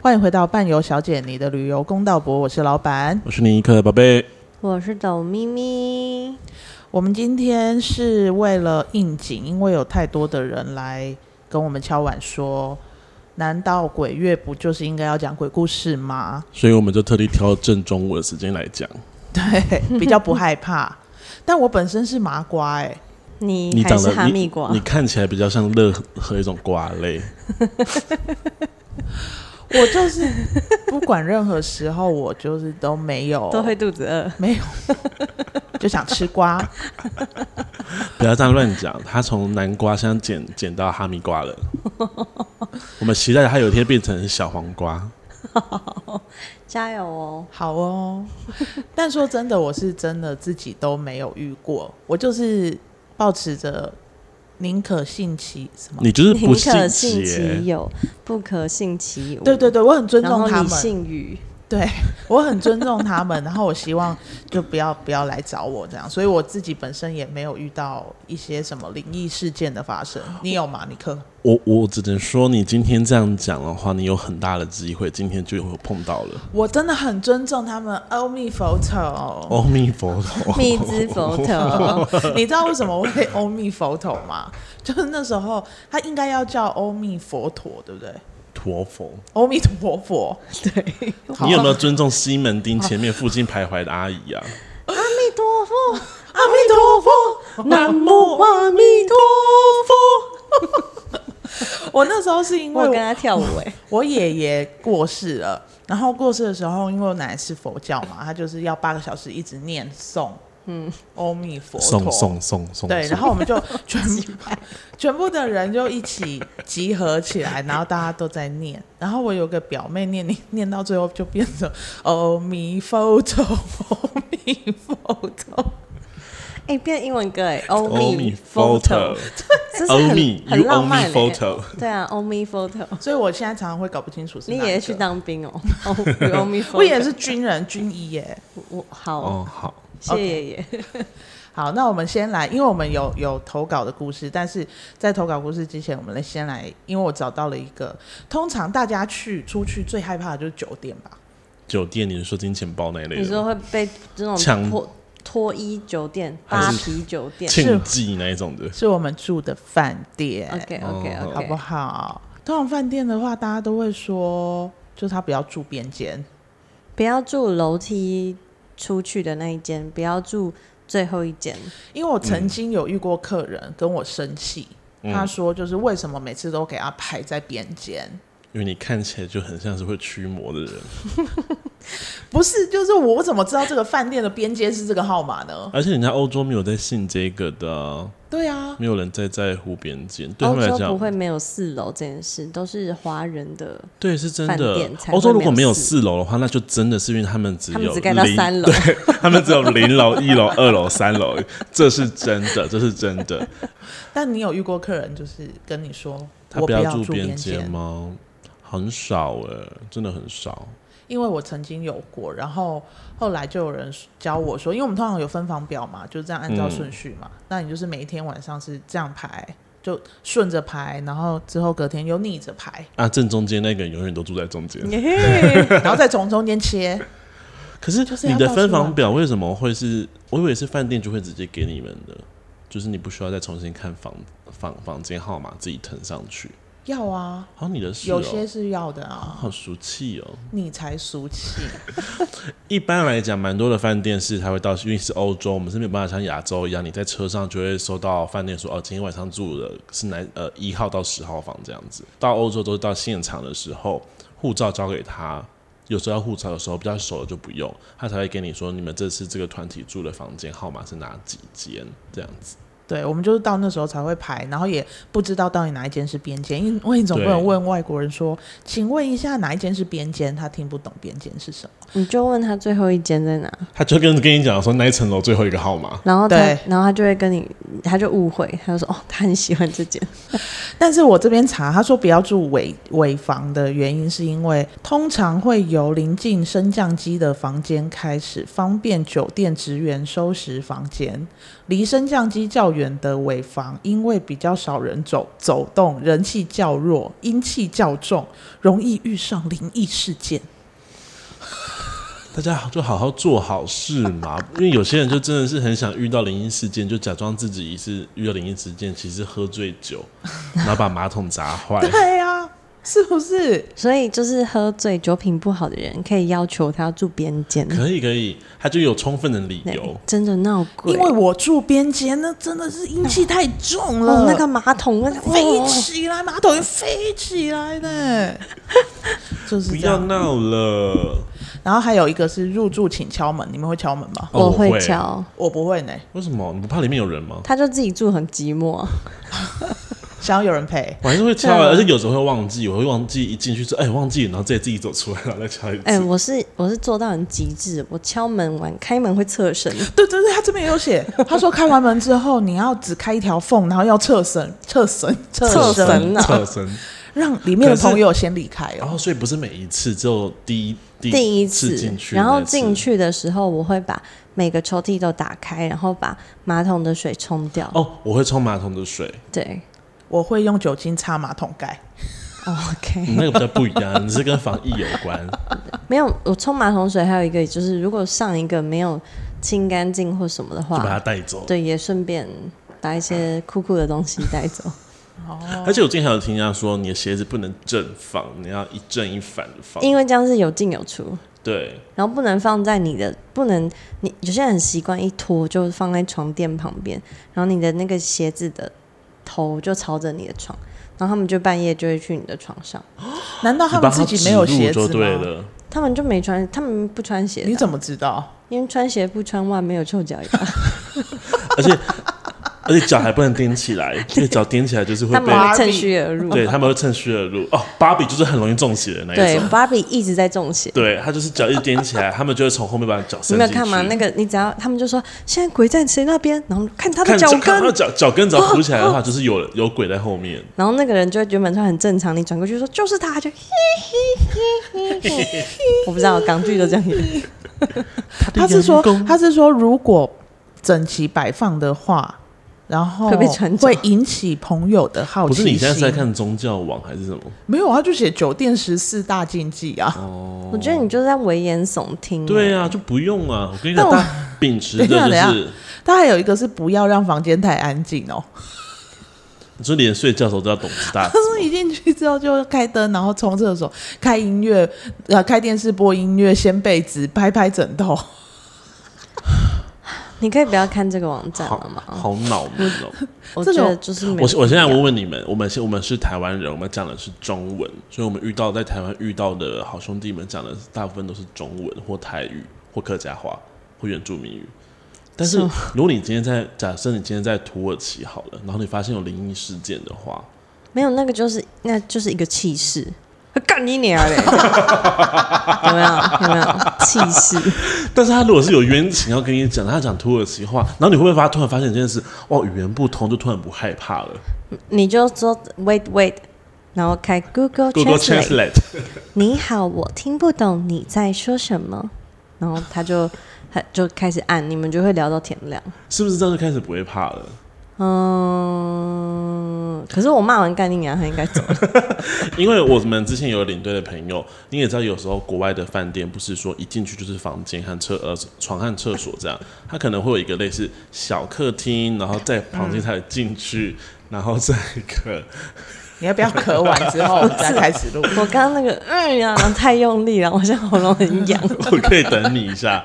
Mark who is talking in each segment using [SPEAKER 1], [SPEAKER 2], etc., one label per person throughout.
[SPEAKER 1] 欢迎回到伴游小姐你的旅游公道博，我是老板。
[SPEAKER 2] 我是你一克宝贝，
[SPEAKER 3] 我是抖咪咪，
[SPEAKER 1] 我们今天是为了应景，因为有太多的人来跟我们敲碗说，难道鬼月不就是应该要讲鬼故事吗？
[SPEAKER 2] 所以我们就特地挑正中午的时间来讲。
[SPEAKER 1] 对，比较不害怕。但我本身是麻瓜、欸，
[SPEAKER 3] 你
[SPEAKER 2] 你
[SPEAKER 3] 还
[SPEAKER 2] 长
[SPEAKER 3] 是
[SPEAKER 2] 得
[SPEAKER 3] 哈
[SPEAKER 2] 你
[SPEAKER 3] 密瓜
[SPEAKER 2] 你，看起来比较像乐和一种瓜类。
[SPEAKER 1] 我就是不管任何时候，我就是都没有
[SPEAKER 3] 都会肚子饿。
[SPEAKER 1] 没有，就想吃瓜。
[SPEAKER 2] 不要这样乱讲，他从南瓜现在捡捡到哈密瓜 了。我们期待他有一天变成小黄瓜。
[SPEAKER 3] 加油哦！
[SPEAKER 1] 好哦， 但说真的，我是真的自己都没有遇过，我就是保持着宁可信其什么。
[SPEAKER 2] 你就是
[SPEAKER 3] 宁
[SPEAKER 2] 不信
[SPEAKER 3] 可信其
[SPEAKER 2] 邪，
[SPEAKER 3] 有，不可信其无。
[SPEAKER 1] 对对对，我很尊
[SPEAKER 3] 然
[SPEAKER 1] 重
[SPEAKER 3] 后
[SPEAKER 1] 他
[SPEAKER 3] 你
[SPEAKER 1] 们，
[SPEAKER 3] 信语，
[SPEAKER 1] 对我很尊重他们， 然后我希望就不要不要来找我这样，所以我自己本身也没有遇到一些什么灵异事件的发生。你有吗，尼克？
[SPEAKER 2] 我我只能说，你今天这样讲的话，你有很大的机会今天就会碰到了。
[SPEAKER 1] 我真的很尊重他们，阿弥佛陀。
[SPEAKER 2] 阿弥佛陀，
[SPEAKER 3] 密之佛 头，
[SPEAKER 1] 你知道为什么会阿弥佛陀吗？就是那时候他应该要叫阿弥佛陀，对不对？
[SPEAKER 2] 陀佛，
[SPEAKER 1] 阿弥陀佛，
[SPEAKER 3] 对，
[SPEAKER 2] 你有没有尊重西门町前面附近徘徊的阿姨啊？
[SPEAKER 3] 密多佛，
[SPEAKER 1] 阿弥陀佛，南无阿弥陀佛。我那时候是因
[SPEAKER 3] 我
[SPEAKER 1] 为
[SPEAKER 3] 有
[SPEAKER 1] 我
[SPEAKER 3] 跟他跳舞哎，
[SPEAKER 1] 我爷爷过世了，然后过世的时候，因为我奶奶是佛教嘛，她就是要八个小时一直念诵，嗯，阿弥佛陀，
[SPEAKER 2] 送送送送，
[SPEAKER 1] 对，
[SPEAKER 2] 送
[SPEAKER 1] 然后我们 就全全部的人就一起集合起来，然后大家都在念。然后我有个表妹念 念念到最后就变成 Oh 阿弥佛陀，阿弥佛陀。
[SPEAKER 3] 哎变英文歌哎，欧
[SPEAKER 2] 欧
[SPEAKER 3] 密
[SPEAKER 2] 米 photo，
[SPEAKER 3] 这是
[SPEAKER 2] 欧米
[SPEAKER 3] 很
[SPEAKER 2] you
[SPEAKER 3] 很浪
[SPEAKER 2] owe
[SPEAKER 3] 漫
[SPEAKER 2] me
[SPEAKER 3] 欸
[SPEAKER 2] photo，
[SPEAKER 3] 对啊，欧密 photo，
[SPEAKER 1] 所以我现在常常会搞不清楚是
[SPEAKER 3] 你
[SPEAKER 1] 哪一
[SPEAKER 3] 也
[SPEAKER 1] 个
[SPEAKER 3] 去，当兵哦，欧密 photo，
[SPEAKER 1] 我也是军人军医耶。
[SPEAKER 3] 我好，
[SPEAKER 2] 哦好，
[SPEAKER 3] 谢谢爷爷。
[SPEAKER 1] 好，那我们先来，因为我们有有投稿的故事，但是在投稿故事之前，我们来先来，因为我找到了一个，通常大家去出去最害怕的就是酒店吧。
[SPEAKER 2] 酒店你是说金钱包那一类
[SPEAKER 3] 你说
[SPEAKER 2] 的，
[SPEAKER 3] 会被这种
[SPEAKER 2] 抢
[SPEAKER 3] 脱脱衣酒店、
[SPEAKER 2] 还
[SPEAKER 3] 扒
[SPEAKER 2] 是
[SPEAKER 3] 皮酒店
[SPEAKER 2] 庆忌那一种的，
[SPEAKER 1] 是我们住的饭店
[SPEAKER 3] ？OK OK
[SPEAKER 2] 哦
[SPEAKER 3] OK，
[SPEAKER 1] 好不好？通常饭店的话，大家都会说，就是他不要住边间，
[SPEAKER 3] 不要住楼梯出去的那一间，不要住最后一间。
[SPEAKER 1] 因为我曾经有遇过客人跟我生气，
[SPEAKER 2] 嗯
[SPEAKER 1] 他说就是为什么每次都给他排在边间？
[SPEAKER 2] 因为你看起来就很像是会驱魔的人，
[SPEAKER 1] 不是，就是我怎么知道这个饭店的边间是这个号码呢？
[SPEAKER 2] 而且人家欧洲没有在信这个的啊，
[SPEAKER 1] 对啊，
[SPEAKER 2] 没有人在在乎边界，对他
[SPEAKER 3] 欧
[SPEAKER 2] 们来
[SPEAKER 3] 洲不
[SPEAKER 2] 讲，
[SPEAKER 3] 会没有四楼这件事，都是华人的，
[SPEAKER 2] 对是真
[SPEAKER 3] 饭
[SPEAKER 2] 的
[SPEAKER 3] 店才。会
[SPEAKER 2] 欧洲如果
[SPEAKER 3] 没
[SPEAKER 2] 没
[SPEAKER 3] 有
[SPEAKER 2] 有四
[SPEAKER 3] 四
[SPEAKER 2] 楼的话，那就真的是因为他们只
[SPEAKER 3] 他们
[SPEAKER 2] 有
[SPEAKER 3] 只盖到
[SPEAKER 2] 零
[SPEAKER 3] 三楼，
[SPEAKER 2] 他们只有零楼、一楼、二楼、三楼，这是真的，这是真的。
[SPEAKER 1] 但你有遇过客人就是跟你说，
[SPEAKER 2] 他
[SPEAKER 1] 我要
[SPEAKER 2] 住
[SPEAKER 1] 住
[SPEAKER 2] 边
[SPEAKER 1] 间
[SPEAKER 2] 间？吗？很少哎、真的很少。
[SPEAKER 1] 因为我曾经有过，然后后来就有人教我说，因为我们通常有分房表嘛，就这样按照顺序
[SPEAKER 2] 嗯
[SPEAKER 1] 嘛。那你就是每一天晚上是这样排，就顺着排，然后之后隔天又逆着排，
[SPEAKER 2] 啊，正中间那个人永远都住在中间。
[SPEAKER 1] 然后再从中间切。
[SPEAKER 2] 可是
[SPEAKER 1] 就是要
[SPEAKER 2] 你的
[SPEAKER 1] 到
[SPEAKER 2] 分
[SPEAKER 1] 处
[SPEAKER 2] 房
[SPEAKER 1] 玩
[SPEAKER 2] 表为什么会是？我以为是饭店就会直接给你们的，就是你不需要再重新看房房房间号码，自己腾上去。
[SPEAKER 1] 要啊，
[SPEAKER 2] 好、像你的是、哦，
[SPEAKER 1] 有些是要的啊，
[SPEAKER 2] 好俗气哦。
[SPEAKER 1] 你才俗气。
[SPEAKER 2] 一般来讲，蛮多的饭店是它会到，因为是欧洲，我们是没有办法像亚洲一样，你在车上就会收到饭店说，哦，今天晚上住的是哪呃一号到十号房这样子。到欧洲都是到现场的时候，护照交给他，有时候要护照，有时候比较熟的就不用，他才会给你说你们这次这个团体住的房间号码是哪几间这样子。
[SPEAKER 1] 对，我们就是到那时候才会排，然后也不知道到底哪一间是边间，因为你总不
[SPEAKER 2] 对
[SPEAKER 1] 能问外国人说，请问一下哪一间是边间，他听不懂边间是什么。
[SPEAKER 3] 你就问他最后一间在哪，
[SPEAKER 2] 他就跟跟你讲说那一层楼最后一个号码，
[SPEAKER 3] 然后他
[SPEAKER 1] 对，
[SPEAKER 3] 然后他就会跟你，他就误会，他就说哦，他很喜欢这间，
[SPEAKER 1] 但是我这边查，他说不要住尾尾房的原因，是因为通常会由临近升降机的房间开始，方便酒店职员收拾房间。离升降机较远的尾房，因为比较少人走走动，人气较弱，阴气较重，容易遇上灵异事件。。
[SPEAKER 2] 大家好就好好做好事嘛， 因为有些人就真的是很想遇到灵异事件，就假装自己是遇到灵异事件，其实喝醉酒，然后把马桶砸 坏
[SPEAKER 1] 对
[SPEAKER 3] 啊
[SPEAKER 1] 呀、是不是？
[SPEAKER 3] 所以就是喝醉、酒品不好的人，可以要求他住边间。
[SPEAKER 2] 可以可以，他就有充分的理
[SPEAKER 3] 对
[SPEAKER 2] 由。
[SPEAKER 3] 真的闹鬼，
[SPEAKER 1] 因为我住边间，那真的是阴气太重了，
[SPEAKER 3] 哦那个马桶，那个哦
[SPEAKER 1] 飞起来，马桶飞起来 的，就是
[SPEAKER 2] 不
[SPEAKER 1] 这
[SPEAKER 2] 要
[SPEAKER 1] 样。
[SPEAKER 2] 闹了，
[SPEAKER 1] 然后还有一个是入住请敲门，你们会敲门吗？
[SPEAKER 2] 哦
[SPEAKER 3] 我
[SPEAKER 2] 我会
[SPEAKER 3] 会敲，
[SPEAKER 1] 我不会呢，
[SPEAKER 2] 为什么？你不怕里面有人吗？
[SPEAKER 3] 他就自己住很寂寞啊。
[SPEAKER 1] 想要有人陪。
[SPEAKER 2] 我还是会敲
[SPEAKER 3] 对
[SPEAKER 2] 啊，
[SPEAKER 3] 啊
[SPEAKER 2] 而且有时候会忘记，我会忘记一进去说，哎、忘记，然后自己自己走出来，然后再敲一次。
[SPEAKER 3] 哎、我是我是做到很极致，我敲门完开门会侧身，
[SPEAKER 1] 对对对，他这边也有 写，他说开完门之后你要只开一条缝，然后要侧身、侧身、
[SPEAKER 3] 侧
[SPEAKER 1] 身，
[SPEAKER 3] 身啊
[SPEAKER 2] 侧身。
[SPEAKER 1] 让里面的
[SPEAKER 2] 可是
[SPEAKER 1] 朋友先离开
[SPEAKER 2] 然
[SPEAKER 1] 哦。
[SPEAKER 2] 后，所以不是每一次，只有第一第
[SPEAKER 3] 第一
[SPEAKER 2] 次
[SPEAKER 3] 次
[SPEAKER 2] 进去，
[SPEAKER 3] 然后进。去的时候，我会把每个抽屉都打开，然后把马桶的水冲掉。
[SPEAKER 2] 哦，我会冲马桶的水，
[SPEAKER 3] 对
[SPEAKER 1] 我会用酒精擦马桶盖，
[SPEAKER 3] 哦，OK，
[SPEAKER 2] 你那个比较不一样，你是跟防疫有关。
[SPEAKER 3] 没有，我冲马桶水还有一个就是，如果上一个没有清干净或什么的
[SPEAKER 2] 就把它
[SPEAKER 3] 话，
[SPEAKER 2] 带走。
[SPEAKER 3] 对，也顺便把一些酷酷的东西带走。
[SPEAKER 2] 而且我经常有听人家说，你的鞋子不能正放，你要一正一反的放。
[SPEAKER 3] 因为这样是有进有出，
[SPEAKER 2] 对，
[SPEAKER 3] 然后不能放在你的，不能你有些人很习惯一脱就放在床垫旁边，然后你的那个鞋子的头就朝着你的床，然后他们就半夜就会去你的床上，
[SPEAKER 1] 难道
[SPEAKER 2] 你
[SPEAKER 1] 他
[SPEAKER 2] 帮
[SPEAKER 1] 们自
[SPEAKER 2] 它
[SPEAKER 1] 己没有
[SPEAKER 2] 植入
[SPEAKER 1] 鞋子
[SPEAKER 2] 就对
[SPEAKER 1] 吗？
[SPEAKER 2] 了。
[SPEAKER 3] 他们就没穿，他们不穿鞋的啊、
[SPEAKER 1] 你怎么知道？
[SPEAKER 3] 因为穿鞋不穿袜没有臭 脚丫，
[SPEAKER 2] 而且 而且脚还不能踮起来，因为脚踮起来就是会
[SPEAKER 3] 他
[SPEAKER 2] 被
[SPEAKER 3] 们。会趁虚而入。
[SPEAKER 2] 对他们会趁虚而入哦，芭比就是很容易中邪的那一
[SPEAKER 3] 对
[SPEAKER 2] 种，
[SPEAKER 3] 芭比一直在中邪。
[SPEAKER 2] 对他就是脚一踮起来，他们就会从后面把脚
[SPEAKER 3] 你
[SPEAKER 2] 伸
[SPEAKER 3] 没
[SPEAKER 2] 进
[SPEAKER 3] 有
[SPEAKER 2] 去。
[SPEAKER 3] 看吗？那个你只要他们就说现在鬼在谁那边，然后看他的
[SPEAKER 2] 看
[SPEAKER 3] 脚
[SPEAKER 2] 看他的
[SPEAKER 3] 跟，哦
[SPEAKER 2] 脚脚跟只要浮起来的话，就是有人有鬼在后面。
[SPEAKER 3] 然后那个人就会原本穿很正常，你转过去说就是他，他就嘿嘿嘿嘿 嘿。我不知道港剧都这样演。
[SPEAKER 1] 他是说，他是说，如果整齐摆放的话，然后
[SPEAKER 3] 会被传走
[SPEAKER 1] 会引起朋友的好
[SPEAKER 2] 不
[SPEAKER 1] 奇
[SPEAKER 2] 是
[SPEAKER 1] 心。
[SPEAKER 2] 你现在是在看宗教网还是什么？
[SPEAKER 1] 没有，他就写酒店十四大禁忌啊。
[SPEAKER 2] 哦
[SPEAKER 3] 我觉得你就是在危言耸听。欸
[SPEAKER 2] 对啊，就不用啊！我跟你
[SPEAKER 1] 嗯但
[SPEAKER 2] 讲，
[SPEAKER 1] 我
[SPEAKER 2] 大家秉持的
[SPEAKER 1] 等一下
[SPEAKER 2] 就
[SPEAKER 1] 等
[SPEAKER 2] 是，
[SPEAKER 1] 他还有一个是不要让房间太安静哦。
[SPEAKER 2] 你说连睡觉的时候都要懂事大
[SPEAKER 1] 他说一进去之后就开灯，然后冲厕所，开音乐，呃，开电视播音乐，掀被子，拍拍枕头。
[SPEAKER 3] 你可以不要看这个网站
[SPEAKER 2] 好
[SPEAKER 3] 了吗？
[SPEAKER 2] 好恼人哦！
[SPEAKER 3] 我
[SPEAKER 1] 这
[SPEAKER 3] 觉
[SPEAKER 1] 种
[SPEAKER 3] 得就是没有
[SPEAKER 2] 我是我现在问问你们，我们是我们是台湾人，我们讲的是中文，所以我们遇到在台湾遇到的好兄弟们讲的大部分都是中文或台语或客家话或原住民语。但是
[SPEAKER 3] 是吗
[SPEAKER 2] 如果你今天在假设你今天在土耳其好了，然后你发现有灵异事件的话，
[SPEAKER 3] 没有那个就是那就是一个气势，干你娘嘞！ 有没有？有没有气势？
[SPEAKER 2] 但是他如果是有冤情要跟你讲，他讲土耳其话，然后你会不会发突然发现一件事，哇，语言不通就突然不害怕了
[SPEAKER 3] 你就说 wait wait，然后开 Google
[SPEAKER 2] ？Google
[SPEAKER 3] Translate。
[SPEAKER 2] Translate，
[SPEAKER 3] 你好，我听不懂你在说什么。然后他就他就开始按，你们就会聊到天亮。
[SPEAKER 2] 是不是这样就开始不会怕了？
[SPEAKER 3] 嗯，可是我骂完干你娘，他应该走了。
[SPEAKER 2] 因为我们之前有领队的朋友，你也知道，有时候国外的饭店不是说一进去就是房间和厕呃床和厕所这样，它可能会有一个类似小客厅，然后在旁边才进去，然后再一个
[SPEAKER 1] 你要不要咳完之后我们再开始录？
[SPEAKER 3] 我刚刚那个嗯呀、太用力了，我现在喉咙很 痒。
[SPEAKER 2] 我可以等你一下。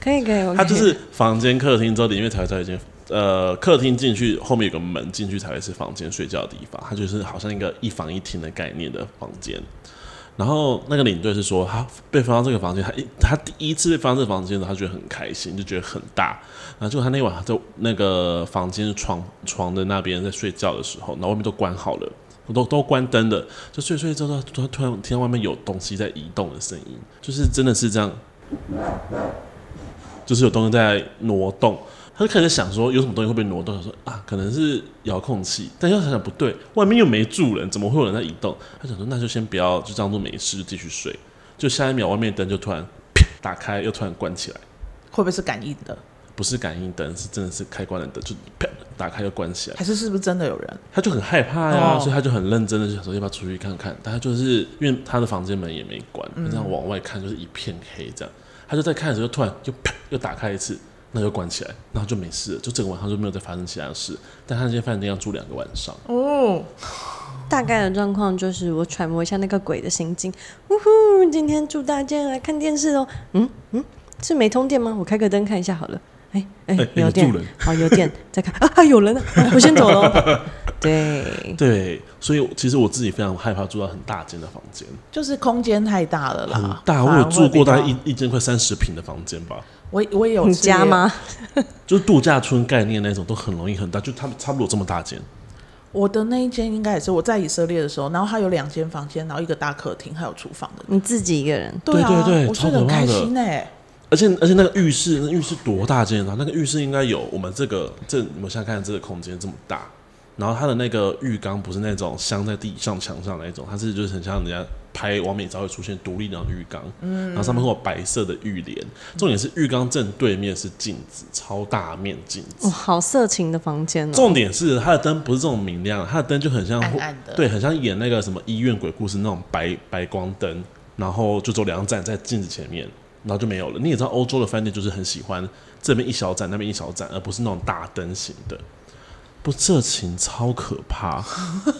[SPEAKER 3] 可以可以，我
[SPEAKER 2] 它就
[SPEAKER 3] 可以
[SPEAKER 2] 是房间、客厅之后，里面才会在一间呃，客厅进去后面有个门，进去才会是房间睡觉的地方。它就是好像一个一房一厅的概念的房间。然后那个领队是说，他被分到这个房间，他一他第一次被分到这个房间的时候，他觉得很开心，就觉得很大。然后结果他那晚他在那个房间床床的那边在睡觉的时候，然后外面都关好了，都都关灯了，就睡睡着着，突然突然听到外面有东西在移动的声音，就是真的是这样就是有东西在挪动，他就开始想说有什么东西会被挪动，他说啊，可能是遥控器，但又想想不对，外面又没住人，怎么会有人在移动？他想说那就先不要，就当做没事，继续睡。就下一秒，外面的灯就突然啪打开，又突然关起来，
[SPEAKER 1] 会不会是感应的？
[SPEAKER 2] 不是感应灯，是真的是开关的灯，就啪打开又关起来。
[SPEAKER 1] 还是是不是真的有人？
[SPEAKER 2] 他就很害怕呀、
[SPEAKER 1] 哦
[SPEAKER 2] 所以他就很认真的就想说要不要出去看看。但他就是因为他的房间门也没关，这样往外看就是一片黑这样。他就在看的时候，突然又啪又打开一次，那又关起来，然后就没事了，就整个晚上就没有再发生其他的事。但他那间饭店要住两个晚上，
[SPEAKER 1] 哦，
[SPEAKER 3] 大概的状况就是我揣摩一下那个鬼的心境。呜呼，今天祝大家来看电视哦。嗯嗯，是没通电吗？我开个灯看一下好了。哎哎
[SPEAKER 2] 哎，
[SPEAKER 3] 有
[SPEAKER 2] 有
[SPEAKER 3] 电
[SPEAKER 2] 住人，
[SPEAKER 3] 好有电，再看啊，有人了，我先 走了。哦对，
[SPEAKER 2] 对，所以其实我自己非常害怕住到很大间的房间，
[SPEAKER 1] 就是空间太大了啦，
[SPEAKER 2] 很大，我
[SPEAKER 1] 反而
[SPEAKER 2] 有
[SPEAKER 1] 啊会
[SPEAKER 2] 住过
[SPEAKER 1] 比较
[SPEAKER 2] 大概一一间快三十平的房间吧，
[SPEAKER 1] 我我也有
[SPEAKER 3] 你
[SPEAKER 1] 吃
[SPEAKER 3] 家
[SPEAKER 1] 耶？
[SPEAKER 3] 吗？
[SPEAKER 2] 就是度假村概念那种，都很容易很大，就他们差不多这么大间，
[SPEAKER 1] 我的那一间应该也是我在以色列的时候，然后它有两间房间，然后一个大客厅，还有厨房的。
[SPEAKER 3] 你自己一个人？
[SPEAKER 1] 啊，
[SPEAKER 2] 对对对
[SPEAKER 1] 我睡得很
[SPEAKER 2] 超可怕
[SPEAKER 1] 开
[SPEAKER 2] 的
[SPEAKER 1] 心呢、欸
[SPEAKER 2] 而且而且那个浴室，那浴室多大间啊？那个浴室应该有我们这个这你们现在看这个空间这么大，然后它的那个浴缸不是那种镶在地上墙上那一种，它是就是很像人家拍完美照会出现独立那种浴缸，然后上面会有白色的浴帘，重点是浴缸正对面是镜子，超大面镜子
[SPEAKER 3] 哇，。好色情的房间哦。
[SPEAKER 2] 重点是它的灯不是这种明亮，它的灯就很像
[SPEAKER 1] 暗暗的
[SPEAKER 2] 对，很像演那个什么医院鬼故事那种白白光灯，然后就走两盏在镜子前面，然后就没有了。你也知道欧洲的饭店就是很喜欢这边一小盏，那边一小盏，而不是那种大灯型的。不，这情超可怕。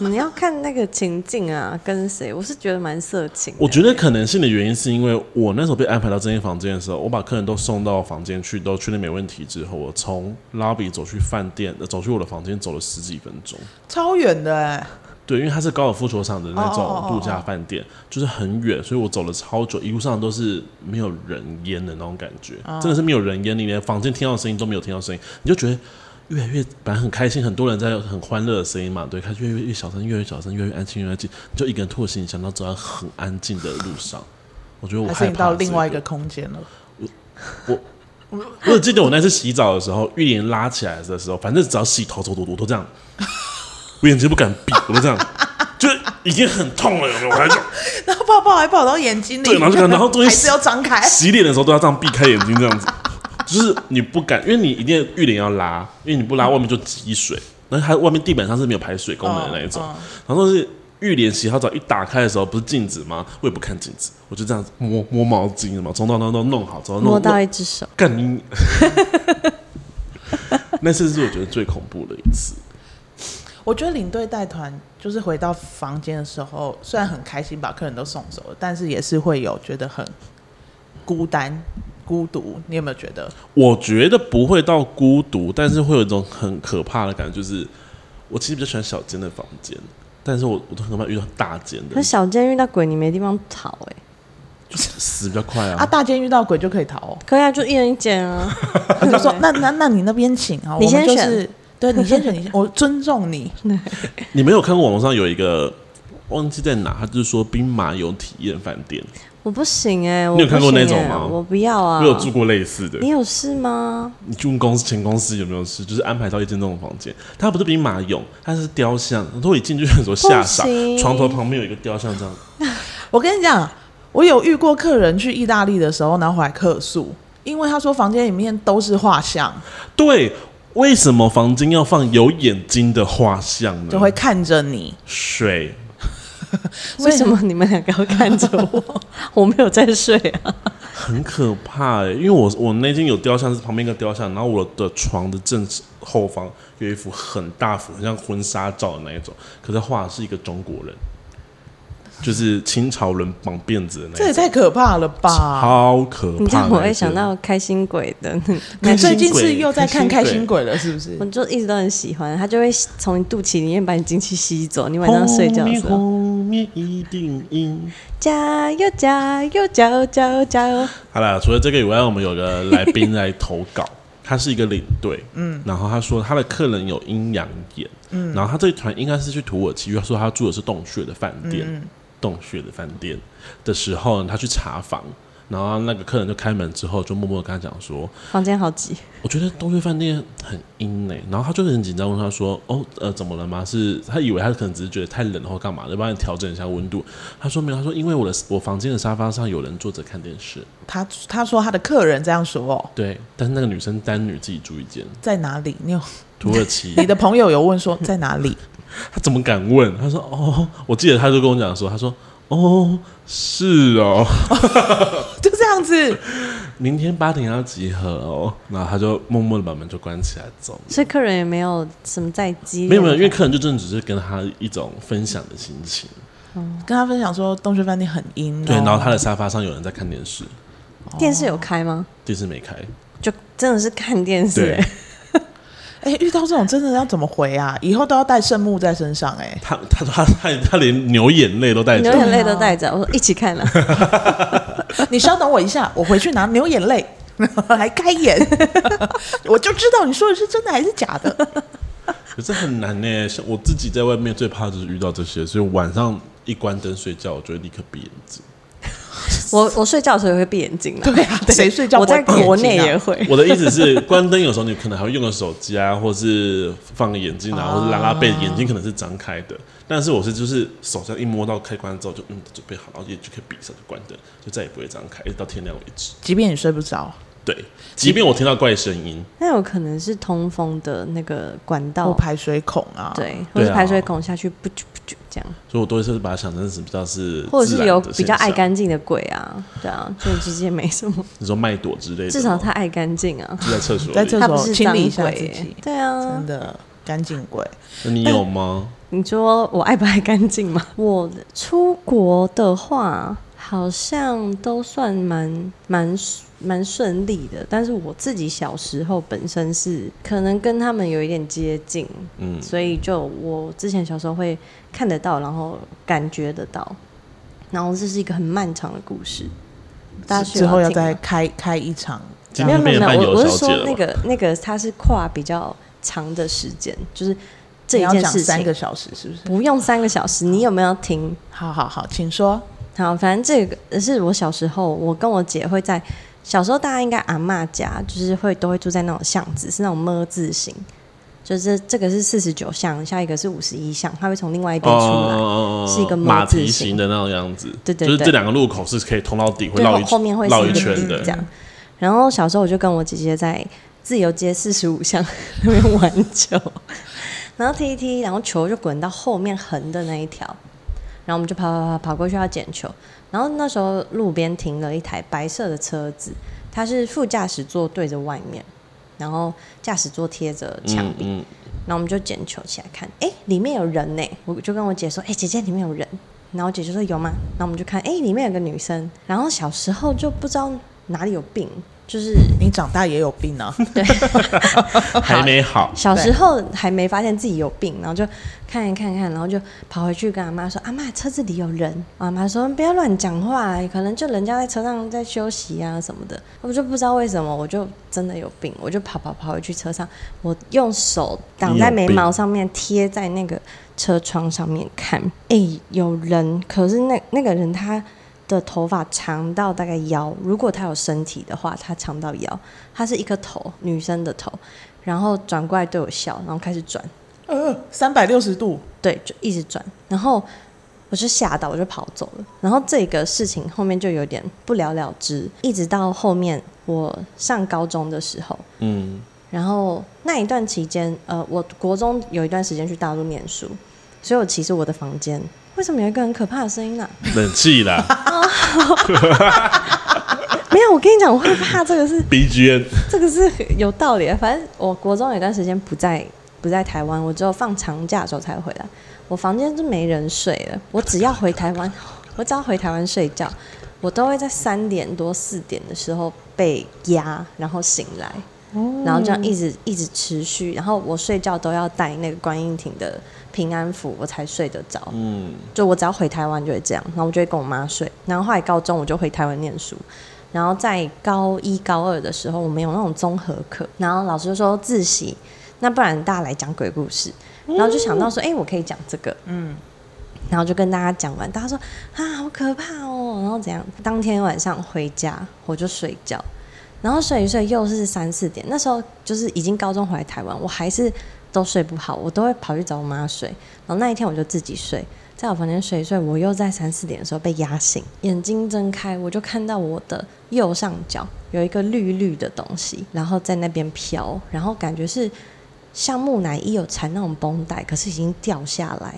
[SPEAKER 1] 嗯
[SPEAKER 3] 你要看那个情境啊，跟谁？我是觉得蛮色情的。
[SPEAKER 2] 我觉得可能性的原因是因为我那时候被安排到这间房间的时候，我把客人都送到房间去，都确定没问题之后，我从 lobby 走去饭店，呃走去我的房间走了十几分钟。
[SPEAKER 1] 超远的哎、
[SPEAKER 2] 对，因为它是高尔夫球场的那
[SPEAKER 1] 哦哦
[SPEAKER 2] 种
[SPEAKER 1] 哦哦
[SPEAKER 2] 度假饭店就是很远，所以我走了超久，一路上都是没有人烟的那种感觉
[SPEAKER 1] 哦
[SPEAKER 2] 真的是没有人烟，你连房间听到的声音都没有听到声音，你就觉得越来越本来很开心，很多人在很欢乐的声音嘛，对，开始越来越小声，越来越小声，越来越安静，越来越静，你就一个人拖着行李箱，然后走在很安静的路上。我觉得我
[SPEAKER 1] 还
[SPEAKER 2] 害
[SPEAKER 1] 是
[SPEAKER 2] 怕
[SPEAKER 1] 你到另外一
[SPEAKER 2] 这
[SPEAKER 1] 个空间了。
[SPEAKER 2] 我 只记得我那次洗澡的时候，浴帘拉起来的时候，反正只要洗头，头我我都这样，我眼睛不敢闭，我都这样，就已经很痛了，有没有？我还就
[SPEAKER 1] 然后泡泡还跑到眼睛里，
[SPEAKER 2] 对然后 就看然后终于
[SPEAKER 1] 还是要张开，
[SPEAKER 2] 洗脸的时候都要这样避开眼睛，这样子，就是你不敢，因为你一定浴帘要拉，因为你不拉外面就积水，然后它外面地板上是没有排水功能的那一种，
[SPEAKER 1] 嗯嗯
[SPEAKER 2] 然后是浴帘洗好澡一打开的时候，不是镜子吗？我也不看镜子，我就这样子摸摸毛巾嘛，从头到都弄好之后，弄
[SPEAKER 3] 摸
[SPEAKER 2] 弄
[SPEAKER 3] 到一只手，
[SPEAKER 2] 干你！ 那次是我觉得最恐怖的一次。
[SPEAKER 1] 我觉得领队带团就是回到房间的时候，虽然很开心把客人都送走了，但是也是会有觉得很孤单、孤独。你有没有觉得？
[SPEAKER 2] 我觉得不会到孤独，但是会有一种很可怕的感觉，就是我其实比较喜欢小间的房间，但是我我都很怕遇到大间的
[SPEAKER 3] 那，小监遇到鬼，你没地方逃哎、。
[SPEAKER 2] 死比较快
[SPEAKER 1] 啊，
[SPEAKER 2] 啊。
[SPEAKER 1] 大间遇到鬼就可以逃、 哦
[SPEAKER 3] 可以啊，就一人一间啊。
[SPEAKER 1] 我就说，那那那你那边请啊，
[SPEAKER 3] 你
[SPEAKER 1] 我们
[SPEAKER 3] 先
[SPEAKER 1] 就是。对你先选，你先，我尊重你。
[SPEAKER 2] 你没有看过网络上有一个忘记在哪，他就是说兵马俑体验饭店，
[SPEAKER 3] 我不行哎、我
[SPEAKER 2] 你有看过
[SPEAKER 3] 不行
[SPEAKER 2] 那种
[SPEAKER 3] 欸
[SPEAKER 2] 吗
[SPEAKER 3] 我不要啊。
[SPEAKER 2] 我有住过类似的
[SPEAKER 3] 你。有事吗？
[SPEAKER 2] 你住公司前公司有没有事？就是安排到一间那种房间，它不是兵马俑，它是雕像。然后我一进去的时候吓傻
[SPEAKER 3] 不行，
[SPEAKER 2] 床头旁边有一个雕像这样。
[SPEAKER 1] 我跟你讲，我有遇过客人去意大利的时候，然后回来客诉，因为他说房间里面都是画像，
[SPEAKER 2] 对，为什么房间要放有眼睛的画像呢？
[SPEAKER 1] 就会看着你。
[SPEAKER 2] 嗯水，
[SPEAKER 1] 所以
[SPEAKER 3] 为什么你们两个要看着我？ 我没有在睡啊。
[SPEAKER 2] 很可怕哎、因为我我那间有雕像是旁边一个雕像，然后我的床的正后方有一幅很大幅，很像婚纱照的那一种，可是画的是一个中国人，就是清朝人绑辫子的
[SPEAKER 1] 这
[SPEAKER 2] 那 一
[SPEAKER 1] 也
[SPEAKER 2] 种。
[SPEAKER 1] 太可怕了吧！
[SPEAKER 2] 超可怕！
[SPEAKER 3] 你知道我会想，到开心鬼的，
[SPEAKER 1] 你最近
[SPEAKER 2] 开心
[SPEAKER 1] 是
[SPEAKER 2] 鬼
[SPEAKER 1] 又在看《开
[SPEAKER 2] 开
[SPEAKER 1] 心
[SPEAKER 2] 心
[SPEAKER 1] 鬼》了，是不是
[SPEAKER 3] 我？就一直都很喜欢。他就会从你肚脐里面把你精气吸走，你晚上睡觉的时候，
[SPEAKER 2] 后面一定赢。
[SPEAKER 3] 加油加油加油加油加油！
[SPEAKER 2] 好了，除了这个以外，我们有个来宾来投稿，他是一个领队，嗯，然后他说他的客人有阴阳眼，嗯，然后他这一团应该是去土耳其，他说嗯他住的是洞穴的饭店，洞穴的饭店的时候呢，他去查房，然后那个客人就开门之后，就默默地跟他讲说，
[SPEAKER 3] 房间好挤，
[SPEAKER 2] 我觉得东岳饭店很阴呢、欸然后他就很紧张，问他说：“哦，呃，怎么了吗？”是他以为他可能只是觉得太冷或干嘛的，要不然调整一下温度。他说没有，他说因为我的我房间的沙发上有人坐着看电视。
[SPEAKER 1] 他他说他的客人这样说哦，
[SPEAKER 2] 对，但是那个女生单女自己住一 间，
[SPEAKER 1] 在哪里？你有
[SPEAKER 2] 土耳其
[SPEAKER 1] 你，的朋友有问说在哪里？
[SPEAKER 2] 他怎么敢问？他说：“哦，我记得他就跟我讲说，他说哦，是哦，
[SPEAKER 1] 就这样子，
[SPEAKER 2] 明天八点要集合哦。”然后他就默默的把门就关起来走了。
[SPEAKER 3] 所以客人也没有什么在激
[SPEAKER 2] 没
[SPEAKER 3] 烈
[SPEAKER 2] 有
[SPEAKER 3] 的
[SPEAKER 2] 没
[SPEAKER 3] 感觉，
[SPEAKER 2] 有，因为客人就真的只是跟他一种分享的心情，
[SPEAKER 3] 哦
[SPEAKER 1] 跟他分享说东区饭店很阴、哦，
[SPEAKER 2] 对，然后他的沙发上有人在看电视，
[SPEAKER 3] 电视有开吗？
[SPEAKER 2] 电视没开，
[SPEAKER 3] 就真的是看电视、
[SPEAKER 2] 对
[SPEAKER 3] 欸，
[SPEAKER 1] 哎、遇到这种真的要怎么回啊？以后都要带圣木在身上哎、
[SPEAKER 2] 他他他他他连牛眼泪都带
[SPEAKER 3] 流
[SPEAKER 2] 着，
[SPEAKER 3] 眼泪都带着。我说一起看了、啊
[SPEAKER 1] 你稍等我一下，我回去拿牛眼泪 来开 眼，我就知道你说的是真的还是假的。
[SPEAKER 2] 可是很难呢。像我自己在外面最怕就是遇到这些，所以晚上一关灯睡觉，我就会立刻闭眼睛。
[SPEAKER 3] 我我睡觉的时候也会闭眼睛 的。
[SPEAKER 1] 对 啊，谁睡觉
[SPEAKER 3] 我
[SPEAKER 1] 不会
[SPEAKER 3] 在
[SPEAKER 1] 闭眼睛啊？
[SPEAKER 3] 国内也会，
[SPEAKER 2] 我的意思是， 关灯有时候你可能还会用个手机啊，或是放个眼镜
[SPEAKER 3] 哦
[SPEAKER 2] 啊，或是拉拉背，眼睛可能是张开的。但是我是就是手上一摸到开关之后就嗯准备好，然后也就可以闭上就关灯，就再也不会张开，一直到天亮为止。
[SPEAKER 1] 即便你睡不着，
[SPEAKER 2] 对，即便我听到怪声音，
[SPEAKER 3] 那有可能是通风的那个管
[SPEAKER 1] 或
[SPEAKER 3] 道，
[SPEAKER 1] 排水孔啊，，
[SPEAKER 3] 对，或者
[SPEAKER 2] 对啊
[SPEAKER 3] 排水孔下去，不啾不啾这样，
[SPEAKER 2] 所以我都会是把它想成是比较是
[SPEAKER 3] 或者
[SPEAKER 2] 自
[SPEAKER 3] 是
[SPEAKER 2] 然
[SPEAKER 3] 有
[SPEAKER 2] 的
[SPEAKER 3] 比较
[SPEAKER 2] 现
[SPEAKER 3] 爱
[SPEAKER 2] 象，
[SPEAKER 3] 干净的鬼啊，对啊，所以其实也没什么，
[SPEAKER 2] 你说麦朵之类的吗，
[SPEAKER 3] 至少他爱干净啊，
[SPEAKER 2] 就在厕所里，
[SPEAKER 1] 在厕
[SPEAKER 3] 他不
[SPEAKER 1] 所
[SPEAKER 3] 是
[SPEAKER 1] 清
[SPEAKER 3] 脏
[SPEAKER 1] 理一
[SPEAKER 3] 鬼
[SPEAKER 1] 下自
[SPEAKER 3] 欸、
[SPEAKER 1] 己，
[SPEAKER 3] 对啊
[SPEAKER 1] 真，的干净鬼。
[SPEAKER 2] 那你有吗？
[SPEAKER 3] 你说我爱不爱干净吗？ 我出国的话，好像都算蛮蛮蛮顺利的。但是我自己小时候本身是可能跟他们有一点接近，
[SPEAKER 2] 嗯，
[SPEAKER 3] 所以就我之前小时候会看得到，然后感觉得到。然后这是一个很漫长的故事，大家需
[SPEAKER 1] 之后要
[SPEAKER 3] 听啊
[SPEAKER 1] 再
[SPEAKER 3] 吗
[SPEAKER 1] 开开一场，
[SPEAKER 2] 今
[SPEAKER 3] 没有
[SPEAKER 2] 天变
[SPEAKER 3] 没有
[SPEAKER 2] 成
[SPEAKER 3] 没
[SPEAKER 2] 伴
[SPEAKER 3] 有，我
[SPEAKER 2] 游
[SPEAKER 3] 我是
[SPEAKER 2] 小姐了
[SPEAKER 3] 说
[SPEAKER 2] 吧
[SPEAKER 3] 那个那个它是跨比较长的时间，就是这
[SPEAKER 1] 你
[SPEAKER 3] 一
[SPEAKER 1] 要
[SPEAKER 3] 件
[SPEAKER 1] 讲
[SPEAKER 3] 事
[SPEAKER 1] 三
[SPEAKER 3] 情
[SPEAKER 1] 个小时是不是？
[SPEAKER 3] 不用三个小时，你有没有听？
[SPEAKER 1] 好好好，请说。
[SPEAKER 3] 好，反正这个是我小时候，我跟我姐会在小时候，大家应该阿嬷家就是会都会住在那种巷子，是那种么字形，就是这个是四十九巷，下一个是五十一巷，它会从另外一边出来，
[SPEAKER 2] 哦
[SPEAKER 3] 是一个
[SPEAKER 2] 马
[SPEAKER 3] 模字
[SPEAKER 2] 蹄
[SPEAKER 3] 形
[SPEAKER 2] 形的那种样子，
[SPEAKER 3] 对对
[SPEAKER 2] 就是
[SPEAKER 3] 对
[SPEAKER 2] 这两个路口是可以通到底，会
[SPEAKER 3] 对
[SPEAKER 2] 绕
[SPEAKER 3] 后
[SPEAKER 2] 一
[SPEAKER 3] 后面会
[SPEAKER 2] 绕一
[SPEAKER 3] 是个
[SPEAKER 2] 圈
[SPEAKER 3] 地
[SPEAKER 2] 的
[SPEAKER 3] 这。样。然后小时候我就跟我姐姐在自由街四十五巷 那边玩球，然后踢一踢，然后球就滚到后面横的那一条，然后我们就跑跑跑跑过去要捡球。然后那时候路边停了一台白色的车子，它是副驾驶座对着外面，然后驾驶座贴着墙
[SPEAKER 2] 嗯
[SPEAKER 3] 壁，
[SPEAKER 2] 嗯，
[SPEAKER 3] 然后我们就捡球起来看，哎、里面有人呢、我就跟我姐说，哎、姐姐里面有人。然后我姐就说有吗？然后我们就看，哎、里面有个女生。然后小时候就不知道哪里有病，就是
[SPEAKER 1] 你长大也有病啊？
[SPEAKER 2] 还没好，
[SPEAKER 3] 小时候还没发现自己有病，然后就看一看看，然后就跑回去跟阿妈说：“阿妈，车子里有人。”阿妈说：“不要乱讲话，可能就人家在车上在休息啊什么的。”我就不知道为什么，我就真的有病，我就跑跑跑回去车上，我用手挡在眉毛上面，贴在那个车窗上面看，哎、有人，可是那那个人他。的头发长到大概腰，如果他有身体的话，他长到腰，他是一颗头，女生的头，然后转过来对我笑，然后开始转，
[SPEAKER 1] 呃，三百六十度，
[SPEAKER 3] 对，就一直转，然后我就吓到，我就跑走了。然后这个事情后面就有点不了了之，一直到后面我上高中的时候，
[SPEAKER 2] 嗯，
[SPEAKER 3] 然后那一段期间，呃，我国中有一段时间去大陆念书，所以我其实我的房间为什么有一个很可怕的声音啊？
[SPEAKER 2] 冷气啦
[SPEAKER 3] 没有，我跟你讲，我会怕这个是
[SPEAKER 2] ，BGM
[SPEAKER 3] 这个是有道理的。反正我国中有一段时间不在不在台湾，我只有放长假的时候才回来。我房间是没人睡的，我只要回台湾，我只要回台湾睡觉，我都会在三点多四点的时候被压，然后醒来，然后这样一直一直持续，然后我睡觉都要带那个观音亭的平安符，我才睡得着。
[SPEAKER 2] 嗯，
[SPEAKER 3] 就我只要回台湾就会这样，然后我就会跟我妈睡。然后后来高中我就回台湾念书，然后在高一高二的时候，我们有那种综合课，然后老师就说自习，那不然大家来讲鬼故事，然后就想到说，哎、我可以讲这个，嗯，然后就跟大家讲完，大家说啊好可怕哦，然后怎样？当天晚上回家我就睡觉，然后睡一睡又是三四点，那时候就是已经高中回来台湾，我还是都睡不好，我都会跑去找我妈睡，然后那一天我就自己睡。在我房间睡一睡，我又在三四点的时候被压醒，眼睛睁开，我就看到我的右上角有一个绿绿的东西，然后在那边飘，然后感觉是像木乃伊有缠那种绷带，可是已经掉下来，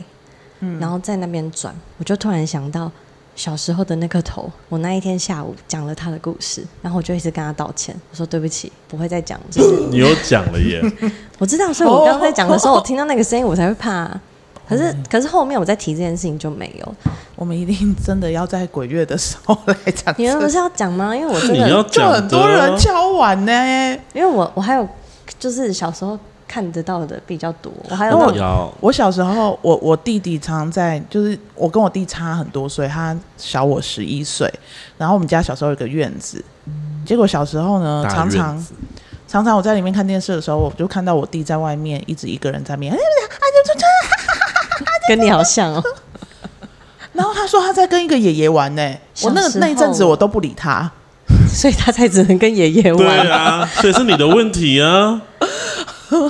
[SPEAKER 1] 嗯
[SPEAKER 3] 然后在那边转，我就突然想到小时候的那个头，我那一天下午讲了他的故事，然后我就一直跟他道歉，我说对不起，不会再讲， 就是
[SPEAKER 2] 你有讲了耶，
[SPEAKER 3] 我知道，所以我刚刚在讲的时候，我听到那个声音，我才会怕、
[SPEAKER 2] 嗯
[SPEAKER 3] 啊。可是，可是后面我在提这件事情就没有。
[SPEAKER 1] 我们一定真的要在鬼月的时候来讲
[SPEAKER 3] 你
[SPEAKER 1] 这
[SPEAKER 3] 们不
[SPEAKER 1] 个，
[SPEAKER 3] 是要讲吗？因为我真
[SPEAKER 2] 你要
[SPEAKER 3] 的，
[SPEAKER 1] 就
[SPEAKER 2] 讲
[SPEAKER 1] 很多
[SPEAKER 2] 的啊
[SPEAKER 1] 人敲碗呢、
[SPEAKER 3] 因为我我还有就是小时候看得到的比较多，我还有那
[SPEAKER 2] 哦
[SPEAKER 3] 种
[SPEAKER 2] 要
[SPEAKER 1] 我小时候，我我弟弟常在，就是我跟我弟差很多岁，他小我十一岁。然后我们家小时候有个院子，结果小时候呢，
[SPEAKER 2] 大
[SPEAKER 1] 常
[SPEAKER 2] 院
[SPEAKER 1] 常
[SPEAKER 2] 子
[SPEAKER 1] 常常我在里面看电视的时候，我就看到我弟在外面一直一个人在面，
[SPEAKER 3] 跟你好 像哦。
[SPEAKER 1] 然后他说他在跟一个爷爷玩呢、我那
[SPEAKER 3] 小时候
[SPEAKER 1] 那一阵子我都不理他，
[SPEAKER 3] 所以他才只能跟爷爷
[SPEAKER 2] 对
[SPEAKER 3] 玩。
[SPEAKER 2] 啊，所以是你的问题啊。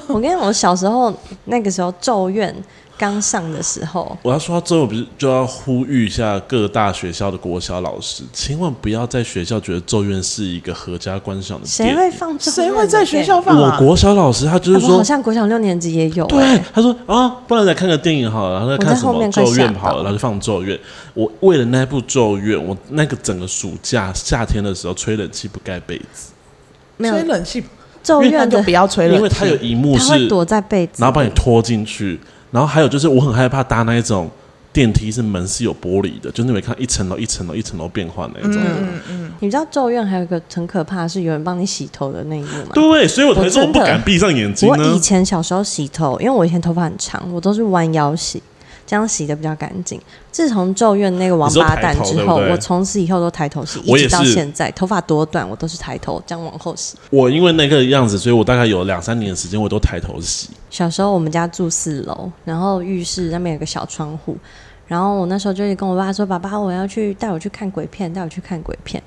[SPEAKER 3] 我跟你讲，我小时候那个时候《咒怨》刚上的时候，
[SPEAKER 2] 我要说到最后，不是就要呼吁一下各大学校的国小老师，千万不要在学校觉得《咒怨》是一个合家观赏的电
[SPEAKER 3] 谁
[SPEAKER 2] 影。
[SPEAKER 3] 会放咒怨？
[SPEAKER 1] 谁会在学校？放
[SPEAKER 2] 我
[SPEAKER 1] 啊？
[SPEAKER 2] 国小老师他就是
[SPEAKER 3] 啊我
[SPEAKER 2] 说
[SPEAKER 3] 好，像国小六年级也有、欸。
[SPEAKER 2] 对，他说啊，不然来看个电影好了，然后再看什
[SPEAKER 3] 我在后
[SPEAKER 2] 么
[SPEAKER 3] 面
[SPEAKER 2] 《
[SPEAKER 3] 快
[SPEAKER 2] 咒
[SPEAKER 3] 吓
[SPEAKER 2] 怨
[SPEAKER 3] 到》
[SPEAKER 2] 好了，然后就放《咒怨》。我为了那部《咒怨》，我那个整个暑假夏天的时候吹冷气不盖被子，
[SPEAKER 3] 没有
[SPEAKER 1] 吹
[SPEAKER 3] 《
[SPEAKER 1] 冷气，
[SPEAKER 3] 咒
[SPEAKER 1] 那
[SPEAKER 3] 怨》
[SPEAKER 1] 就
[SPEAKER 3] 的
[SPEAKER 1] 不要吹冷气，
[SPEAKER 2] 因为它有一幕
[SPEAKER 3] 他会
[SPEAKER 2] 是
[SPEAKER 3] 躲在被子
[SPEAKER 2] 然后把你拖进去。然后还有就是，我很害怕搭那一种电梯，是门是有玻璃的，就是你会看一层楼一层楼一层楼变换那一种。
[SPEAKER 3] 嗯你知道《咒怨》还有一个很可怕的是有人帮你洗头的那一幕吗？
[SPEAKER 2] 对，所以我才说
[SPEAKER 3] 我
[SPEAKER 2] 我
[SPEAKER 3] 真
[SPEAKER 2] 不
[SPEAKER 3] 的
[SPEAKER 2] 敢闭上眼睛
[SPEAKER 3] 我以
[SPEAKER 2] 呢。
[SPEAKER 3] 前小时候洗头，因为我以前头发很长，我都是弯腰洗，这样洗的比较干净。自从《咒怨》那个王八蛋
[SPEAKER 2] 你
[SPEAKER 3] 之
[SPEAKER 2] 说抬
[SPEAKER 3] 后，
[SPEAKER 2] 头对不对
[SPEAKER 3] 我从此以后都抬头洗，
[SPEAKER 2] 我
[SPEAKER 3] 一
[SPEAKER 2] 也
[SPEAKER 3] 直到
[SPEAKER 2] 是
[SPEAKER 3] 现在，头发多短我都是抬头这样往后洗。
[SPEAKER 2] 我因为那个样子，所以我大概有两三年的时间，我都抬头洗。
[SPEAKER 3] 小时候我们家住四楼，然后浴室那边有个小窗户，然后我那时候就一直跟我爸说：“爸爸，我要去带我去看鬼片，带我去看鬼片。”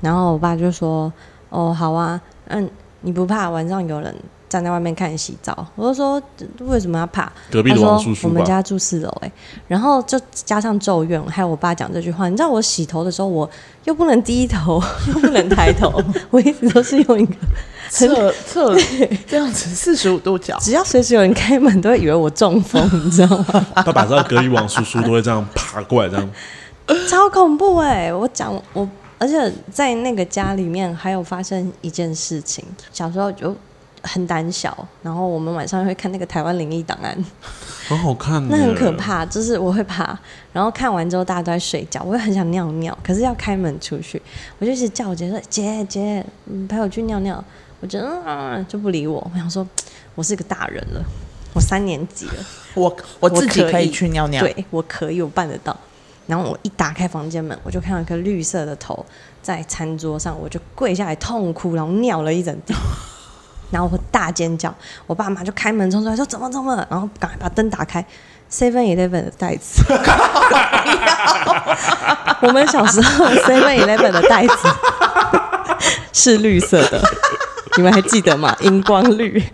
[SPEAKER 3] 然后我爸就说：“哦，好啊，嗯，你不怕晚上有人站在外面看你洗澡？”我就说：“为什么要怕？”
[SPEAKER 2] 隔壁
[SPEAKER 3] 他
[SPEAKER 2] 的
[SPEAKER 3] 说
[SPEAKER 2] 王叔叔
[SPEAKER 3] 我们
[SPEAKER 2] 吧，
[SPEAKER 3] 家住四楼，哎，然后就加上咒怨，还有我爸讲这句话。你知道我洗头的时候，我又不能低头，又不能抬头， 我一直都是用一个，
[SPEAKER 1] 侧侧这样子四十五度角，
[SPEAKER 3] 只要随时有人开门，都会以为我中风，你知道吗？
[SPEAKER 2] 爸爸知道隔壁王叔叔都会这样爬过来，这样
[SPEAKER 3] 超恐怖哎、我讲我，而且在那个家里面还有发生一件事情，小时候就。很胆小，然后我们晚上会看那个台湾灵异档案，
[SPEAKER 2] 很好看。
[SPEAKER 3] 那很可。怕，就是我会怕。然后看完之后大家都在睡觉，我也很想尿尿，可是要开门出去，我就一直叫我姐说：“姐姐，你陪我去尿尿。”我觉得嗯、啊就不理我，我想说我是个大人了，我三年级了，
[SPEAKER 1] 我我自己
[SPEAKER 3] 我
[SPEAKER 1] 可
[SPEAKER 3] 可
[SPEAKER 1] 以
[SPEAKER 3] 以
[SPEAKER 1] 去尿尿，
[SPEAKER 3] 对我可以，我办得到。然后我一打开房间门，我就看到一个绿色的头在餐桌上，我就跪下来痛哭，然后尿了一整地。然后我大尖叫，我爸妈就开门冲出来说怎么怎么了，然后赶快把灯打开，Seven Eleven 的袋子， 我们小时候 Seven Eleven 的袋子是绿色的，你们还记得吗？荧光绿。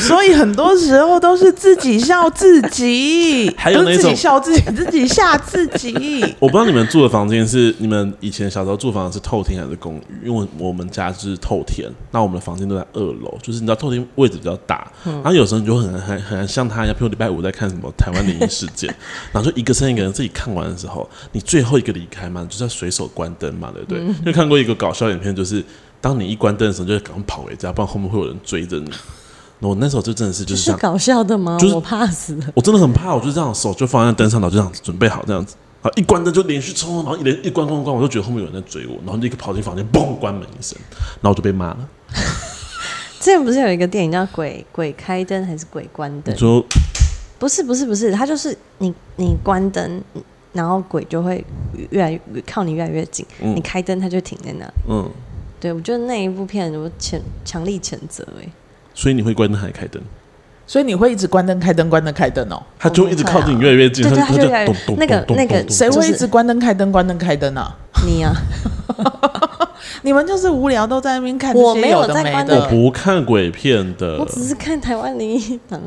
[SPEAKER 1] 所以很多时候都是自己笑自己，
[SPEAKER 2] 还有
[SPEAKER 1] 都是
[SPEAKER 2] 那
[SPEAKER 1] 自己
[SPEAKER 2] 种
[SPEAKER 1] 笑自己，自己吓自己。
[SPEAKER 2] 我不知道你们住的房间是你们以前小时候住房是透天还是公寓？因为我们家是透天，那我们的房间都在二楼，就是你知道透天位置比较大，
[SPEAKER 3] 嗯
[SPEAKER 2] 然后有时候你就很很很像他一样，譬如礼拜五在看什么台湾灵异事 件，然后就一个剩一个人自己看完的时候，你最后一个离开嘛，你就是要随手关灯嘛，对不
[SPEAKER 3] 嗯
[SPEAKER 2] 对？就看过一个搞笑影片，就是当你一关灯的时候，就赶快跑回家，不然后面会有人追 着你。那我那时候就真的是就是
[SPEAKER 3] 是
[SPEAKER 2] 像
[SPEAKER 3] 搞笑的吗？
[SPEAKER 2] 就是
[SPEAKER 3] 我怕死了。
[SPEAKER 2] 我真的很怕，我就这样手就放在灯上，然后就这样子准备好这样子，然后一关灯就连续冲，然后一连一关关关，我就觉得后面有人在追我，然后立刻跑进房间，嘣关门一声，然后我就被骂了。
[SPEAKER 3] 之前不是有一个电影叫《鬼鬼开灯》还是《鬼关灯
[SPEAKER 2] 你》？说
[SPEAKER 3] 不是不是不是，它就是你你关灯，然后鬼就会越来越靠你越来越近，
[SPEAKER 2] 嗯
[SPEAKER 3] 你开灯它就停在那。
[SPEAKER 2] 嗯，
[SPEAKER 3] 对我觉得那一部片我谴强力谴责哎、
[SPEAKER 2] 所以你会关灯还开灯，
[SPEAKER 1] 所以你会一直关灯、开灯、关灯、开灯哦。
[SPEAKER 2] 它就一直靠近你越来越近，
[SPEAKER 3] 对对
[SPEAKER 2] 它
[SPEAKER 3] 它就
[SPEAKER 2] 就
[SPEAKER 3] 越来越
[SPEAKER 2] 咚咚
[SPEAKER 3] 那个
[SPEAKER 2] 咚咚
[SPEAKER 3] 那个
[SPEAKER 2] 咚咚
[SPEAKER 1] 谁
[SPEAKER 3] 就
[SPEAKER 1] 会
[SPEAKER 3] 是
[SPEAKER 1] 一直关灯、开灯、关灯、开灯啊？
[SPEAKER 3] 你啊，
[SPEAKER 1] 你们就是无聊都在那边看
[SPEAKER 3] 我
[SPEAKER 1] 这些
[SPEAKER 3] 没有
[SPEAKER 1] 的
[SPEAKER 3] 在
[SPEAKER 1] 没
[SPEAKER 3] 关
[SPEAKER 2] 我
[SPEAKER 1] 的
[SPEAKER 3] 灯。
[SPEAKER 2] 不看鬼片的
[SPEAKER 3] 我，只是看台湾灵异档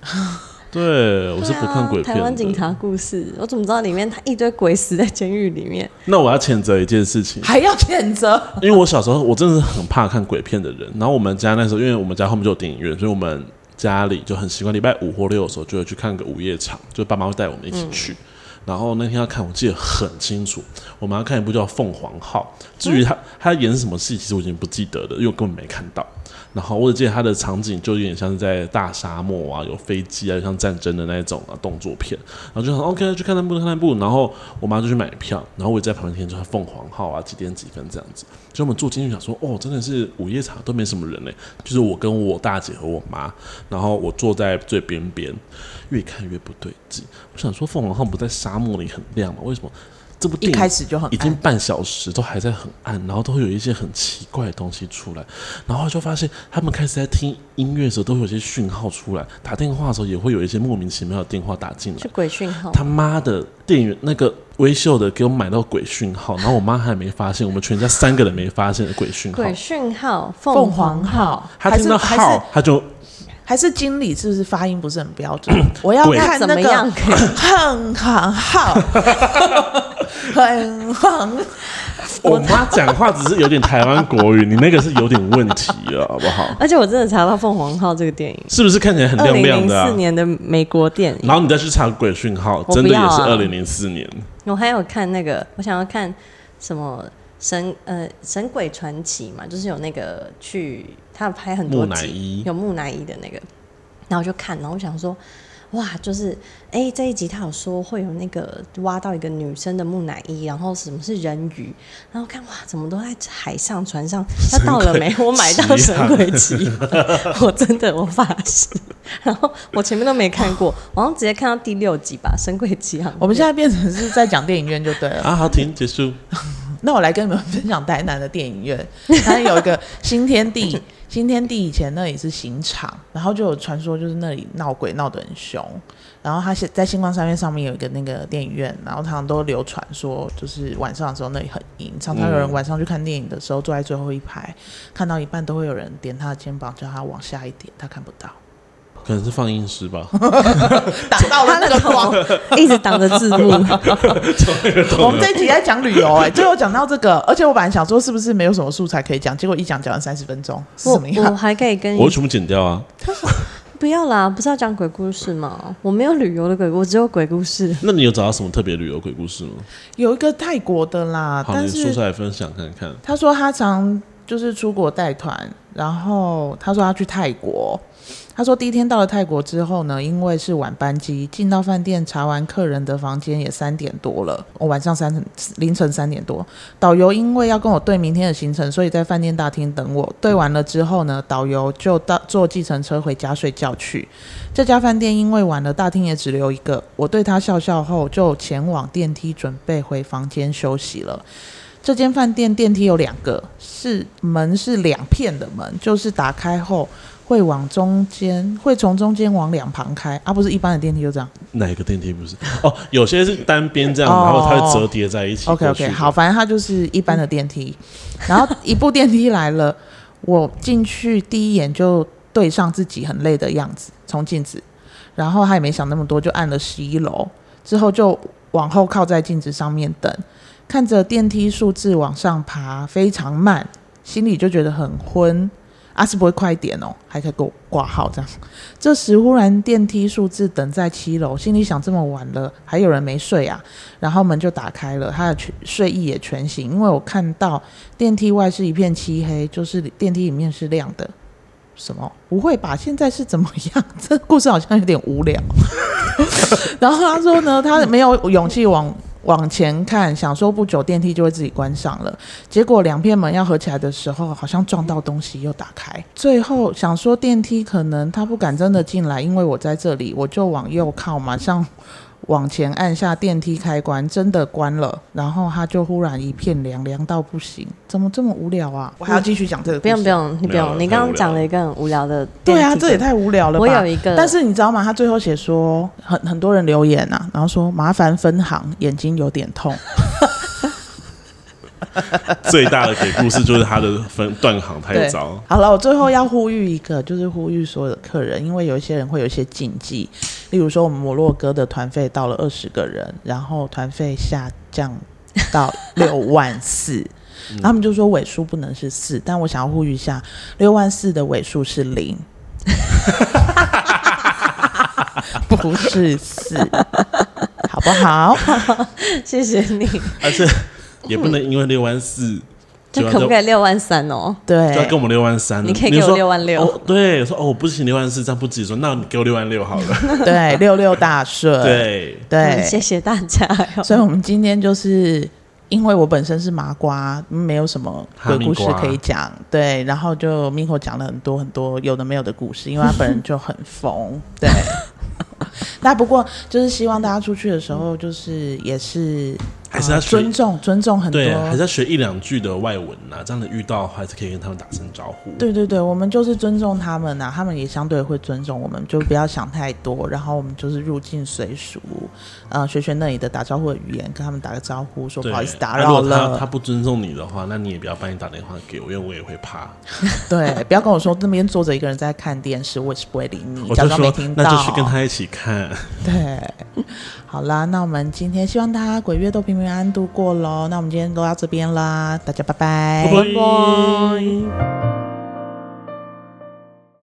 [SPEAKER 3] 啊，
[SPEAKER 2] 对我是不看鬼
[SPEAKER 3] 对啊
[SPEAKER 2] 片
[SPEAKER 3] 台湾警
[SPEAKER 2] 的。
[SPEAKER 3] 察故事，我怎么知道里面他一堆鬼死在监狱里面？
[SPEAKER 2] 那我要谴责一件事情，
[SPEAKER 1] 还要谴责？
[SPEAKER 2] 因为我小时候我真的是很怕看鬼片的人。然后我们家那时候，因为我们家后面就有电影院，所以我们家里就很习惯礼拜五或六的时候就会去看个午夜场，就爸妈会带我们一起去。然后那天要看，我记得很清楚，我们要看一部叫《凤凰号》。至于他他演什么戏，其实我已经不记得了，因为我根本没看到。然后我只记得它的场景就有点像是在大沙漠啊，有飞机啊，有像战争的那种啊动作片。然后就想 OK 去看那部看那啊部，然后我妈就去买票，然后我也在旁边听，就看凤凰号啊几点几分这样子。就我们住进去想说，哦，真的是午夜场都没什么人嘞，就是我跟我大姐和我妈，然后我坐在最边边，越看越不对劲。我想说凤凰号不在沙漠里很亮吗？为什么这部
[SPEAKER 1] 一
[SPEAKER 2] 电影
[SPEAKER 1] 开始就很
[SPEAKER 2] 已经
[SPEAKER 3] 哎
[SPEAKER 1] 暗
[SPEAKER 2] 半小时都还在很暗，然后都会有一些很奇怪的东西出来，然后就发现他们开始在听音乐的时候都会有一些讯号出来，打电话的时候也会有一些莫名其妙的电话打进来
[SPEAKER 3] 就。鬼讯号，
[SPEAKER 2] 他妈的，店员那个微秀的给我买到鬼讯号，然后我妈还没发现，我们全家三个人没发现的鬼讯号。
[SPEAKER 3] 鬼讯号，
[SPEAKER 1] 凤
[SPEAKER 3] 凤
[SPEAKER 1] 凰
[SPEAKER 3] 凰
[SPEAKER 1] 号，
[SPEAKER 2] 他
[SPEAKER 1] 还
[SPEAKER 2] 听
[SPEAKER 1] 是
[SPEAKER 2] 到
[SPEAKER 1] 还是
[SPEAKER 2] 号，他就
[SPEAKER 1] 还是经理是不是发音不是很标 准？我要
[SPEAKER 2] 鬼
[SPEAKER 1] 看
[SPEAKER 3] 怎
[SPEAKER 1] 那
[SPEAKER 3] 么样
[SPEAKER 1] 个
[SPEAKER 3] 可 以？
[SPEAKER 1] 很很好，很很
[SPEAKER 2] 我妈讲话只是有点台湾国语，你那个是有点问题了，好不好？
[SPEAKER 3] 而且我真的查到凤凰号这个电影，
[SPEAKER 2] 是不是看起来很
[SPEAKER 3] 二
[SPEAKER 2] 亮
[SPEAKER 3] 零
[SPEAKER 2] 亮
[SPEAKER 3] 零
[SPEAKER 2] 的、啊
[SPEAKER 3] 四？年的美国电影。
[SPEAKER 2] 然后你再去查鬼讯号，
[SPEAKER 3] 我
[SPEAKER 2] 真的
[SPEAKER 3] 不要
[SPEAKER 2] 也是
[SPEAKER 3] 啊
[SPEAKER 2] 二零零四年。
[SPEAKER 3] 我还有看那个，我想要看什么神呃神鬼传奇嘛，就是有那个去他拍很多
[SPEAKER 2] 木乃
[SPEAKER 3] 集
[SPEAKER 2] 伊
[SPEAKER 3] 有木乃伊的那个，然后我就看，然后我想说，哇，就是哎、这一集他有说会有那个挖到一个女生的木乃伊，然后什么是人鱼，然后看哇，怎么都在海上船上，那到了没？我买到神鬼奇航，
[SPEAKER 2] 啊
[SPEAKER 3] 我真的我发誓，然后我前面都没看 过，我好像直接看到第六集吧，神鬼奇航，
[SPEAKER 1] 我们现在变成是在讲电影院就对了。
[SPEAKER 2] 啊，好，停，结束。
[SPEAKER 1] 那我来跟你们分享台南的电影院，它有一个新天地， 新天地以前那里是刑场，然后就有传说就是那里闹鬼闹得很凶，然后它现在星光三月上面有一个那个电影院，然后常常都流传说就是晚上的时候那里很阴，常常有人晚上去看电影的时候坐在最后一排，看到一半都会有人点他的肩膀叫他往下一点，他看不到，
[SPEAKER 2] 可能是放映师吧，
[SPEAKER 1] 挡到了那个光。
[SPEAKER 3] 一直挡着 字幕。
[SPEAKER 1] 我们这一集在讲旅游、哎，最后讲到这个，而且我本来想说是不是没有什么素材可以讲，结果一讲讲了三十分钟，是
[SPEAKER 3] 我
[SPEAKER 1] 怎么样
[SPEAKER 3] 我？还可以跟
[SPEAKER 2] 我会
[SPEAKER 3] 你
[SPEAKER 2] 全部剪掉啊。
[SPEAKER 3] 不要啦，不是要讲鬼故事吗？我没有旅游的鬼，我只有鬼故事。
[SPEAKER 2] 那你有找到什么特别旅游鬼故事吗？
[SPEAKER 1] 有一个泰国的啦，
[SPEAKER 2] 好，
[SPEAKER 1] 但
[SPEAKER 2] 你说出
[SPEAKER 1] 是
[SPEAKER 2] 来分享看看。
[SPEAKER 1] 他说他常就是出国带团，然后他说他去泰国。他说第一天到了泰国之后呢，因为是晚班机，进到饭店查完客人的房间也三点多了，我、晚上三凌晨三点多，导游因为要跟我对明天的行程，所以在饭店大厅等我。对完了之后呢，导游就到坐计程车回家睡觉去。这家饭店因为晚了，大厅也只留一个。我对他笑笑后，就前往电梯准备回房间休息了。这间饭店电梯有两个，是门是两片的门，就是打开后会往中间，会从中间往两旁开，啊，不是一般的电梯就这样。
[SPEAKER 2] 哪一个电梯不是？哦，有些是单边这样，
[SPEAKER 1] 哦
[SPEAKER 2] 然后它会折叠在一起过
[SPEAKER 1] OK
[SPEAKER 2] 去的。
[SPEAKER 1] OK，好，反正它就是一般的电梯。然后一部电梯来了，我进去第一眼就对上自己很累的样子，从镜子，然后他也没想那么多，就按了十一楼，之后就往后靠在镜子上面等，看着电梯数字往上爬，非常慢，心里就觉得很昏。啊，是不会快一点哦，还可以给我挂号这样。这时忽然电梯数字等在七楼，心里想这么晚了还有人没睡啊，然后门就打开了，他的全睡意也全醒，因为我看到电梯外是一片漆黑，就是电梯里面是亮的。什么？不会吧？现在是怎么样？ 这故事好像有点无聊。 然后他说呢，他没有勇气往往前看，想说不久电梯就会自己关上了。结果两片门要合起来的时候，好像撞到东西又打开。最后想说电梯可能他不敢真的进来，因为我在这里，我就往右靠嘛，像往前按下电梯开关，真的关了，然后他就忽然一片凉，凉到不行，怎么这么无聊啊？我还要继续讲这个故
[SPEAKER 3] 不
[SPEAKER 1] 事，
[SPEAKER 3] 用不用，你不
[SPEAKER 2] 没有了
[SPEAKER 3] 用，你
[SPEAKER 2] 太
[SPEAKER 3] 刚
[SPEAKER 2] 无
[SPEAKER 3] 刚
[SPEAKER 2] 聊
[SPEAKER 3] 讲了
[SPEAKER 2] 了
[SPEAKER 3] 一个很无聊的。
[SPEAKER 1] 对啊，这也。太无聊了吧。
[SPEAKER 3] 我有一个，
[SPEAKER 1] 但是你知道吗？他最后写说，很很多人留言啊，然后说麻烦分行，眼睛有点痛。
[SPEAKER 2] 最大的给故事就是他的分断行太糟。
[SPEAKER 1] 好了，我最后要呼吁一个，就是呼吁所有的客人，因为有一些人会有一些禁忌，例如说我们摩洛哥的团费到了二十个人，然后团费下降到六万四。
[SPEAKER 2] 嗯
[SPEAKER 1] 然后他们就说尾数不能是四，但我想要呼吁一下，六万四的尾数是 零，不是四，好不 好？
[SPEAKER 3] 谢谢你。
[SPEAKER 2] 而且也不能因为六万四
[SPEAKER 3] 这
[SPEAKER 2] 就要
[SPEAKER 3] 可不可
[SPEAKER 2] 就
[SPEAKER 3] 以六万三哦？
[SPEAKER 1] 对，
[SPEAKER 2] 要跟我们六万三，
[SPEAKER 3] 你可以给我
[SPEAKER 2] 说
[SPEAKER 3] 六万六
[SPEAKER 2] 哦对，说哦我不行六万四，这样不值，说那你给我六万六好了。
[SPEAKER 1] 对，六六大顺，
[SPEAKER 2] 对，
[SPEAKER 1] 对，
[SPEAKER 3] 嗯谢谢大家哟。
[SPEAKER 1] 所以我们今天就是因为我本身是麻瓜，没有什么鬼故事可以讲，对，然后就 Miko 讲了很多很多有的没有的故事，因为他本人就很 疯，对。 那不过就是希望大家出去的时候，就是也是
[SPEAKER 2] 还是
[SPEAKER 1] 呃
[SPEAKER 2] 要学
[SPEAKER 1] 尊重尊重很多，
[SPEAKER 2] 对，还是要学一两句的外文呐、这样你遇到还是可以跟他们打声招呼。
[SPEAKER 1] 对对对，我们就是尊重他们呐、啊他们也相对会尊重我们，就不要想太多，然后我们就是入境随俗，呃，学学那里的打招呼的语言，跟他们打个招呼，说
[SPEAKER 2] 对，
[SPEAKER 1] 不好意思打
[SPEAKER 2] 啊如
[SPEAKER 1] 扰
[SPEAKER 2] 果
[SPEAKER 1] 了。
[SPEAKER 2] 他他不尊重你的话，那你也不要半夜打电话给我，因为我也会 怕。
[SPEAKER 1] 对，不要跟我说那边坐着一个人在看电视，我也是不会理你，
[SPEAKER 2] 我
[SPEAKER 1] 假
[SPEAKER 2] 就
[SPEAKER 1] 装没
[SPEAKER 2] 说
[SPEAKER 1] 听到。
[SPEAKER 2] 那就去跟他一起 看。
[SPEAKER 1] 对，好啦，那我们今天希望大家鬼月都平哎 平安安度过喽。那我们今天都到这边啦，大家拜拜。
[SPEAKER 2] 拜拜。